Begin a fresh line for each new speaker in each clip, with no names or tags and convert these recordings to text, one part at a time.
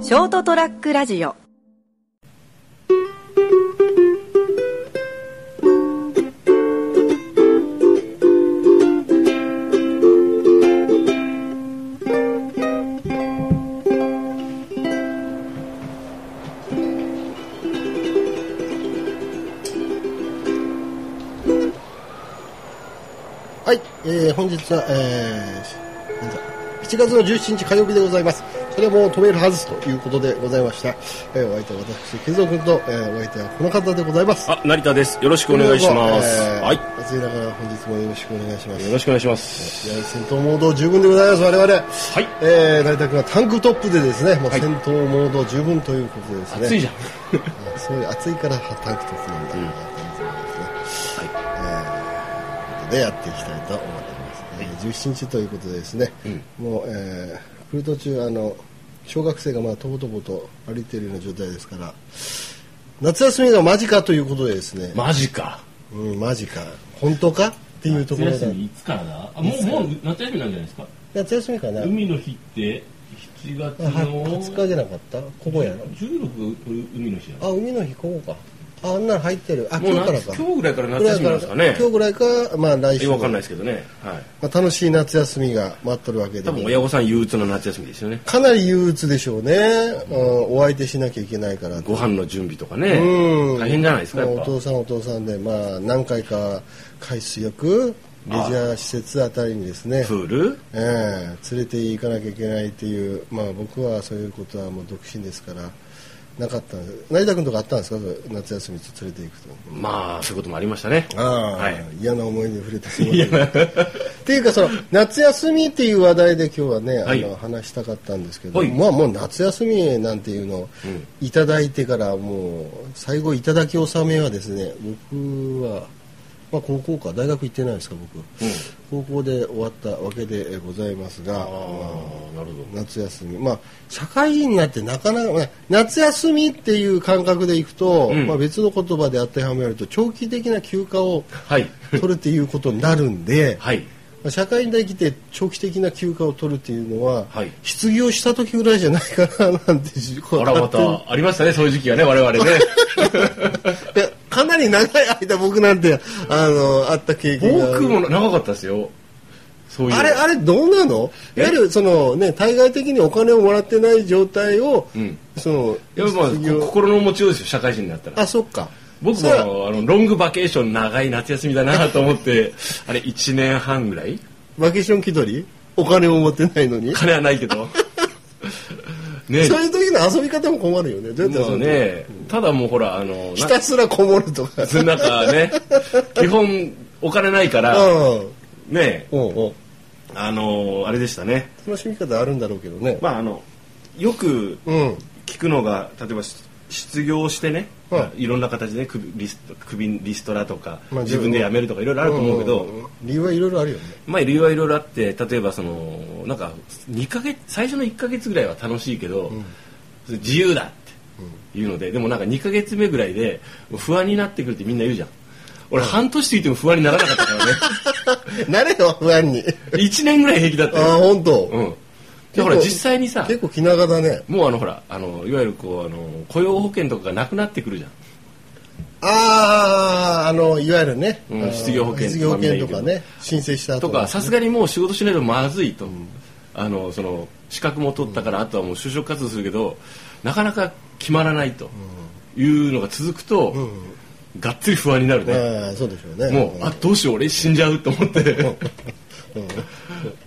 ショートトラックラジオ
はい、えー、本日は、えー、なんだ7月の17日火曜日でございます。それはもう止めるはずということでございました。えー、お相手は私、健三君と、えー、お相手はこの方でございます。
あ、成田です。よろしくお願いしま
え
す。
ー
はい。
暑い中、本日もよろしくお願いします。
よろしくお願いします。
いや戦闘モード十分でございます、我々。
はい
えー、成田君はタンクトップでですね、もう
はい
戦闘モード十分ということでですね。
暑いじゃん。
あそういう暑いからタンクトップなんだな、ですね。はい。えーということでやっていきたいと思っております。えー17日ということでですね、もう、えー、来る途中、あの、小学生がまあとぼとぼと歩いているような状態ですから、夏休みが間近ということでですね、
マジか。
うん、間近。本当かっていうところ
夏
で
休。みいつからだあもうもう夏休みなんじゃないですか
夏休みかな
海の日って7月
あは
の
20日じゃなかったここやろ
16海の日な
あ海の日ここかああんなの入ってるあ
もう
今日から
夏
か
今日ぐらいから夏休みなんですかね。
今日ぐらいかまあ来
え
週
わかんないですけどね。はい。
まあ、楽しい夏休みが待っとるわけで
多分親御さん憂鬱な夏休みですよね。
かなり憂鬱でしょうね、うん、お相手しなきゃいけないから
ご飯の準備とかね。
うん
大変じゃないですか、
まあ
やっ
お
ぱ。
父さんお父さんで、まあ、何回か海水浴レジャー施設あたりにですね
プール
ええ連れて行かなきゃいけないっていう、まあ、僕はそういうことはもう独身ですからなかったんです成田君とかあったんですかそれ夏休みと連れて行くと
まあ、そういうこともありましたね。
ああ、
はい。
嫌な思いに触れてすみませんっていうかその夏休みっていう話題で今日はね、
はい
あの話したかったんですけど、
はい
まあもう夏休みなんていうのをいただいてからもう最後いただき納めはですね僕は、まあ、高校か大学行ってないですか僕、高校で終わったわけでございますが
ああ、なるほど。
夏休みまあ社会人になってなかなか、まあ夏休みっていう感覚でいくと、
うん
まあ、別の言葉で当てはめると長期的な休暇を
はい。
取るっていうことになるんで、
はい。
まあ社会にできて長期的な休暇を取るっていうのは、
はい
失業した時ぐらいじゃないかななんて自己
あら、また、ありましたね、そういう時期がね、我々ね。
いやかなり長い間僕なんてあのあった経験がある
僕も長かったですよ。そういう。
あれあれどうなのい
え
わゆるそのね対外的にお金をもらってない状態を、
うん
その
いやまあ
失業
こ心の持ちようですよ、社会人になったら。
あそっか
僕
そ
も
れは
あのあのロングバケーション長い夏休みだなと思って あれ1年半ぐらい
バケーション気取りお金を持ってないのに、
金はないけど ね
そういう時の遊び方も困るよねどうやって遊
もうん
でる
ねただもうほらあの
ひたすらこもるとか
ななん かね基本お金ないから
うん
ね
うんうん
あのあれでしたね
楽しみ方あるんだろうけどね。
まああのよく
うん。
聞くのが例えばし失業してね、
はい
ろんな形でねクビリストクビリストラとか、
まあ
自分で辞めるとかいろいろあると思うけど、
んんん理由はいろいろあるよね。
まあ理由はいろいろあって例えばそのなんか二ヶ月最初の1か月ぐらいは楽しいけど、自由だっていうのででもなんか2か月目ぐらいで不安になってくるってみんな言うじゃん俺半年過ぎても不安にならなかった からね
なれよ、不安に。
1年ぐらい平気だった
ああ、
よ、
本当。
うん、でほら実際にさ
結構気長だね。
もうあのほらあのいわゆるこうあの雇用保険とかがなくなってくるじゃん
ああ、あの、いわゆるね。
うん
あの
失業保険
失業保険と
ま
か
あみんな言
ね。申請した後
とかさすがにもう仕事しないとまずいと、あのその資格も取ったからあとはもう就職活動するけどなかなか決まらないというのが続くと、がっつり不安になるね、
ああ、そうでしょうね。
もうあどうしよう俺死んじゃうと思って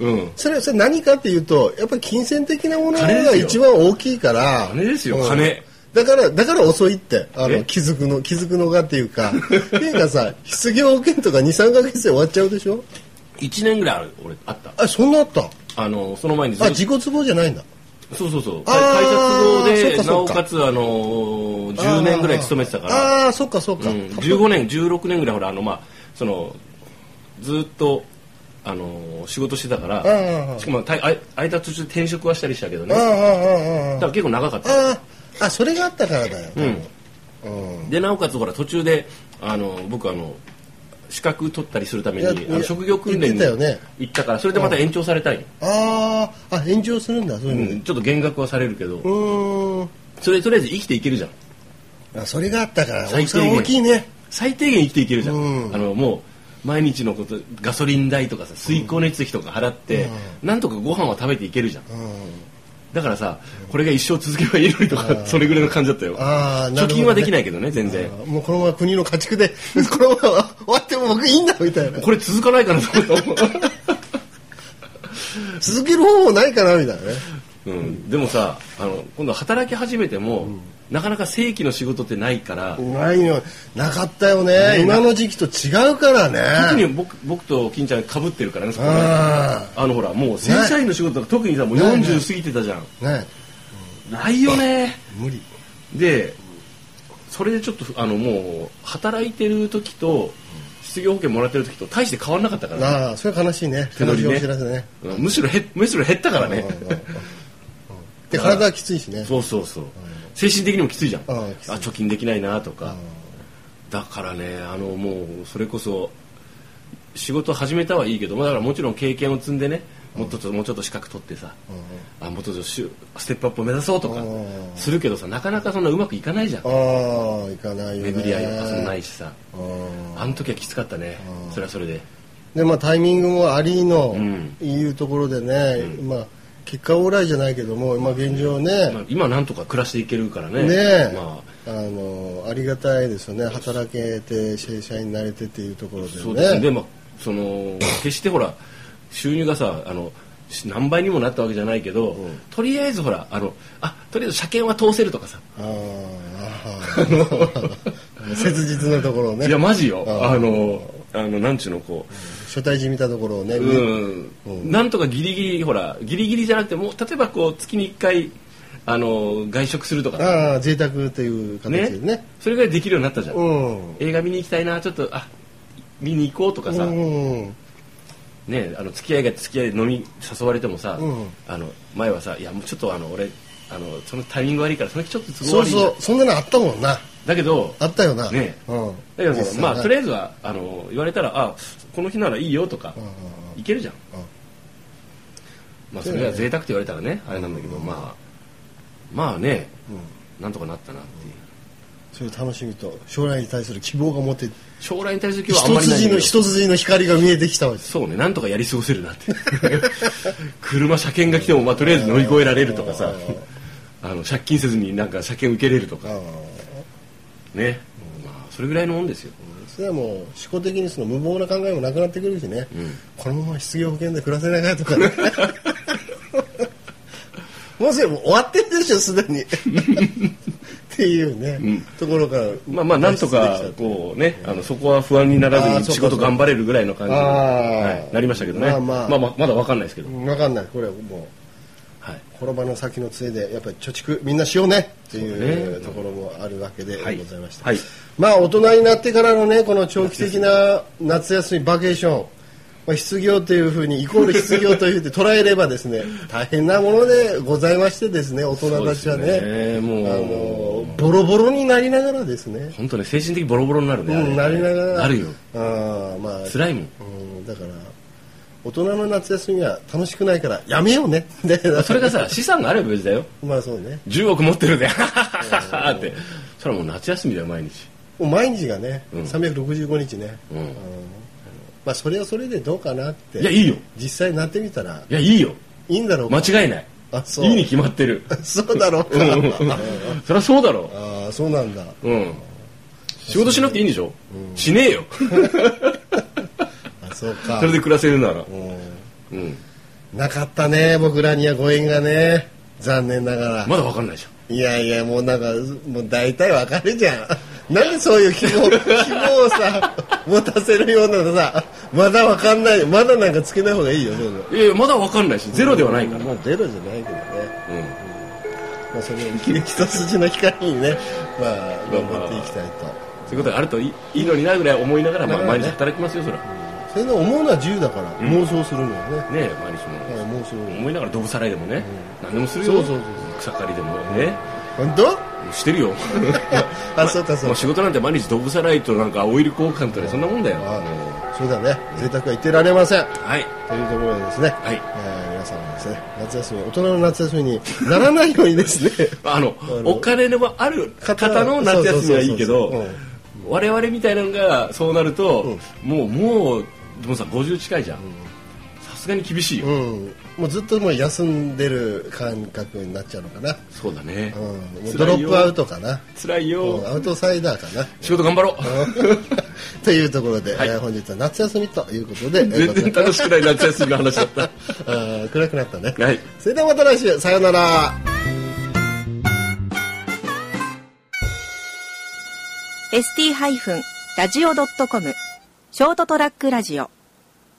うん、
それ、それ何かっていうと、やっぱり金銭的なもの
金です
が
よ
一番大きいから。
金ですよ
うん
金。
だから、だから遅いって、あの、
え
気づくの、気づくのがっていう か。っていうかさ、失業保険とか2、3ヶ月で終わっちゃうでしょ
1年ぐらいある俺あった
あ、そんなあった
あのその前に
あ、自己都合じゃないんだ。
そうそうそう
あ
会会社
ー
都合でな
そっ
お
かそっか
かつあの10年ぐらい勤めてたから
あーあー、そっかそっか。
うん、15年16年ぐらいほらあのまあそのずっとあの仕事してたか
うんうんう
ら
ん
しかもたあい間途中で転職はしたりしたけどね
ああ、あ
だ
あ、あ
か
あ。
ら結構長かった
ああ、あ、それがあったからだよ。
うん
うん。
でなおかつほら途中であの僕あの資格取ったりするため
いや
にあの職業訓練
言っ
に
てたよね
行ったからそれでまた延長されたいの、
あーあ炎上するんだそう
う、
いうん
ちょっと減額はされるけど
のうーん
それとりあえず生きていけるじゃん
あそれがあったから
最
大
低
き
限
大きいね
最低限生きていけるじゃん、
うん
あのもう毎日のことガソリン代とかさ水光熱費とか払って、なんとかご飯は食べていけるじゃん
うん
だからさこれが一生続けばいいのにとかそれぐらいの感じだったよ
あーなるほどね
貯金はできないけどね全然
あーもうこのまま国の家畜で このまま終わっても僕いいんだみたいな
これ続かないかなと思っ
続ける方もないかなみたいなね
た、うん、でもさあの今度働き始めても、なかなか正規の仕事ってないから、
うまいよなかったよ
ね
ね今の時期と違うからね
特に僕僕と金ちゃんかぶってるからねそこね
あ
あのほらもう正社員の仕事とか特にさもう40過ぎてたじゃん
あね
ないよね
無理
でそれでちょっとあのもう働いてる時と失業保険もらってる時と大して変わらなかったから、ね
ああそれは悲しいね
手
悲
取
し
り
い
ね
お知らせね
うんむしろへむしろ減ったからね
うんうんうんで体はきついしね
そうそうそう精神的にもきついじゃんあ
うんきつい
貯金できないなとかだからねあのもうそれこそ仕事始めたはいいけどまあだからもちろん経験を積んでねもっとちょっともうちょっと資格取ってさあもっとちょっとしゅステップアップを目指そうとか
うん
するけどさなかなかそんなうまくいかないじゃん
ああ行かないよね
巡り合いはそんなないしさ
うん
あの時はきつかったねそれはそれで
でまあタイミングもありの
ん
いうところでねまあ結果オーライじゃないけどもまあ現状
まあ
ね
今なんとか暮らしていけるからね
ねえ
まあ
あのありがたいですよね働けて正社員になれてっていうところでね
そうですねでもその決してほら収入がさあのし何倍にもなったわけじゃないけど、とりあえずほらあのあとりあえず車検は通せるとかさ、
あーあ ー切実なところをね
いやマジよ
あ
あのあのなんちゅうのこ
初対面見たところをね、
う、うんなんとかギリギリほらギリギリじゃなくてもう例えばこう月に1回あの外食するとかさ
ああ贅沢という形でね
それぐらいできるようになったじゃん、
うん
映画見に行きたいなちょっとあ見に行こうとかさ、
うん
ね、あの付き合いが付き合いで飲み誘われてもさ、
うん
あの前はさ「いやもうちょっとあの俺あのそのタイミング悪いからその日ちょっと都合
そう
悪いんだ
そうそんなのあったもんな
だけど
あったよな
ね
うん
だけどさまあとり
あ
あえずはあの言われたら「あこの日ならいいよ」とか、
うんうん
いけるじゃん、
うん
まあ、それが贅沢って言われたらねあれなんだけど、まあまあね、なんとかなったなっていう
そういう楽しみと将来に対する希望が持て
将来に対する気はあん
一
まりないん
筋
だけ
の
ど
一筋の光が見えてきたわけです
そうねなんとかやり過ごせるなって 車車検が来ても、まあ、とりあえず乗り越えられるとかさあの借金せずになんか車検受けれるとか
ああ
ね、まあ、それぐらいのもんですよ、
それはもう思考的にその無謀な考えもなくなってくるしね、このまま失業保険で暮らせないかとかね もうそれもう終わってるでしょすでにっていうね、ところから
まあまあなんとかこうねあのそこは不安にならず
あーそ
に
うか
仕事頑張れるぐらいの感じに、
あー
はい、なりましたけどね、
ま
ま
あ
あ
ま
ま
あ
あまだ分かんないですけど、
分かんないこれはもう
はい、
転ばぬ先の杖でやっぱり貯蓄みんなしようねって
そう
い
だ
う
ね
ところもあるわけでござ
はい
いました、
はい
まあ大人になってからのねこの長期的な夏休みバケーションまあ失業というふうにイコール失業というふうに 捉えればですね大変なものでございましてですね大人たちはね
そうですねもう
あのボロボロになりながらですね、
本当ね精神的にボロボロになるね、
う
あれ
ん、なりながら
なるよ
ああまあ
辛いもん
うんだから大人の夏休みは楽しくないからやめようね で
それ がさ資産があれば別だよ
まあそうね
10億持ってるでってそれはもう夏休みだよ毎日
もう毎日がね、
ん
365日ね、
うん
あのまあ、それはそれでどうかなって
いやいいよ
実際になってみたら
いやいいよ
いいんだろうか
間違いない
あそう
いいに決まってる
そうだろうか、
うんそりゃそうだろ
ああそうなんだ
う、うん、仕事しなくていいんでしょ、しねえよ
あそうか
それで暮らせるなら
うん
うん
なかったね僕らにはご縁がね残念ながら、
まだ分かんないでしょ
いやいやもうなんかもう大体わかるじゃん なんでそういう希 望希望をさ持たせるようなのさまだわかんないまだなんかつけない方がいいよそういうの
いやいやまだ分かんないしゼロではないから、
まあゼロじゃないけどね
うん
まあ、それを一筋の光にね、まあ、
まあ
頑張っていきたいと。
そういうことがあるといいいいのになぐらい思いながら、まあ、
だからね
毎日働きますよそれはね
それで思うのは自由だから、妄想するのよね。
え毎日
はい
も
妄想。
思いながらどぶさらいでもね、何でもするよ
そうそうそう
草刈りでもね、
本当
して るよ
あそうかそう
も
か
う仕事なんて毎日動物ライトなんかオイル交換とかそんなもんだよ
あ
もう
そうだね贅沢は言ってられません
はい
というところでですね、
はい
えー皆さんもですね夏休み大人の夏休みにならないようにです ね
あの
の
お金のある方の夏休みはいいけ
そうそうそう
ど
そう
我々みたいなのがそうなると、もうもうでもさ50近いじゃんさすがに厳しいよ、
うんもうずっともう休んでる感覚になっちゃうのかな、
そうだね、
うん、もうド
辛
ロ
い
ッ
よ
プアウトかな、
辛いうよ、
んアウトサイダーか な
仕事頑張ろう、
というところで、
はい
えー本日は夏休みということで
全然楽しくない夏休みの話だった
あー暗くなったね、
はい
それではまた来週さようなら
ー ST-radio.com ショートトラックラジオ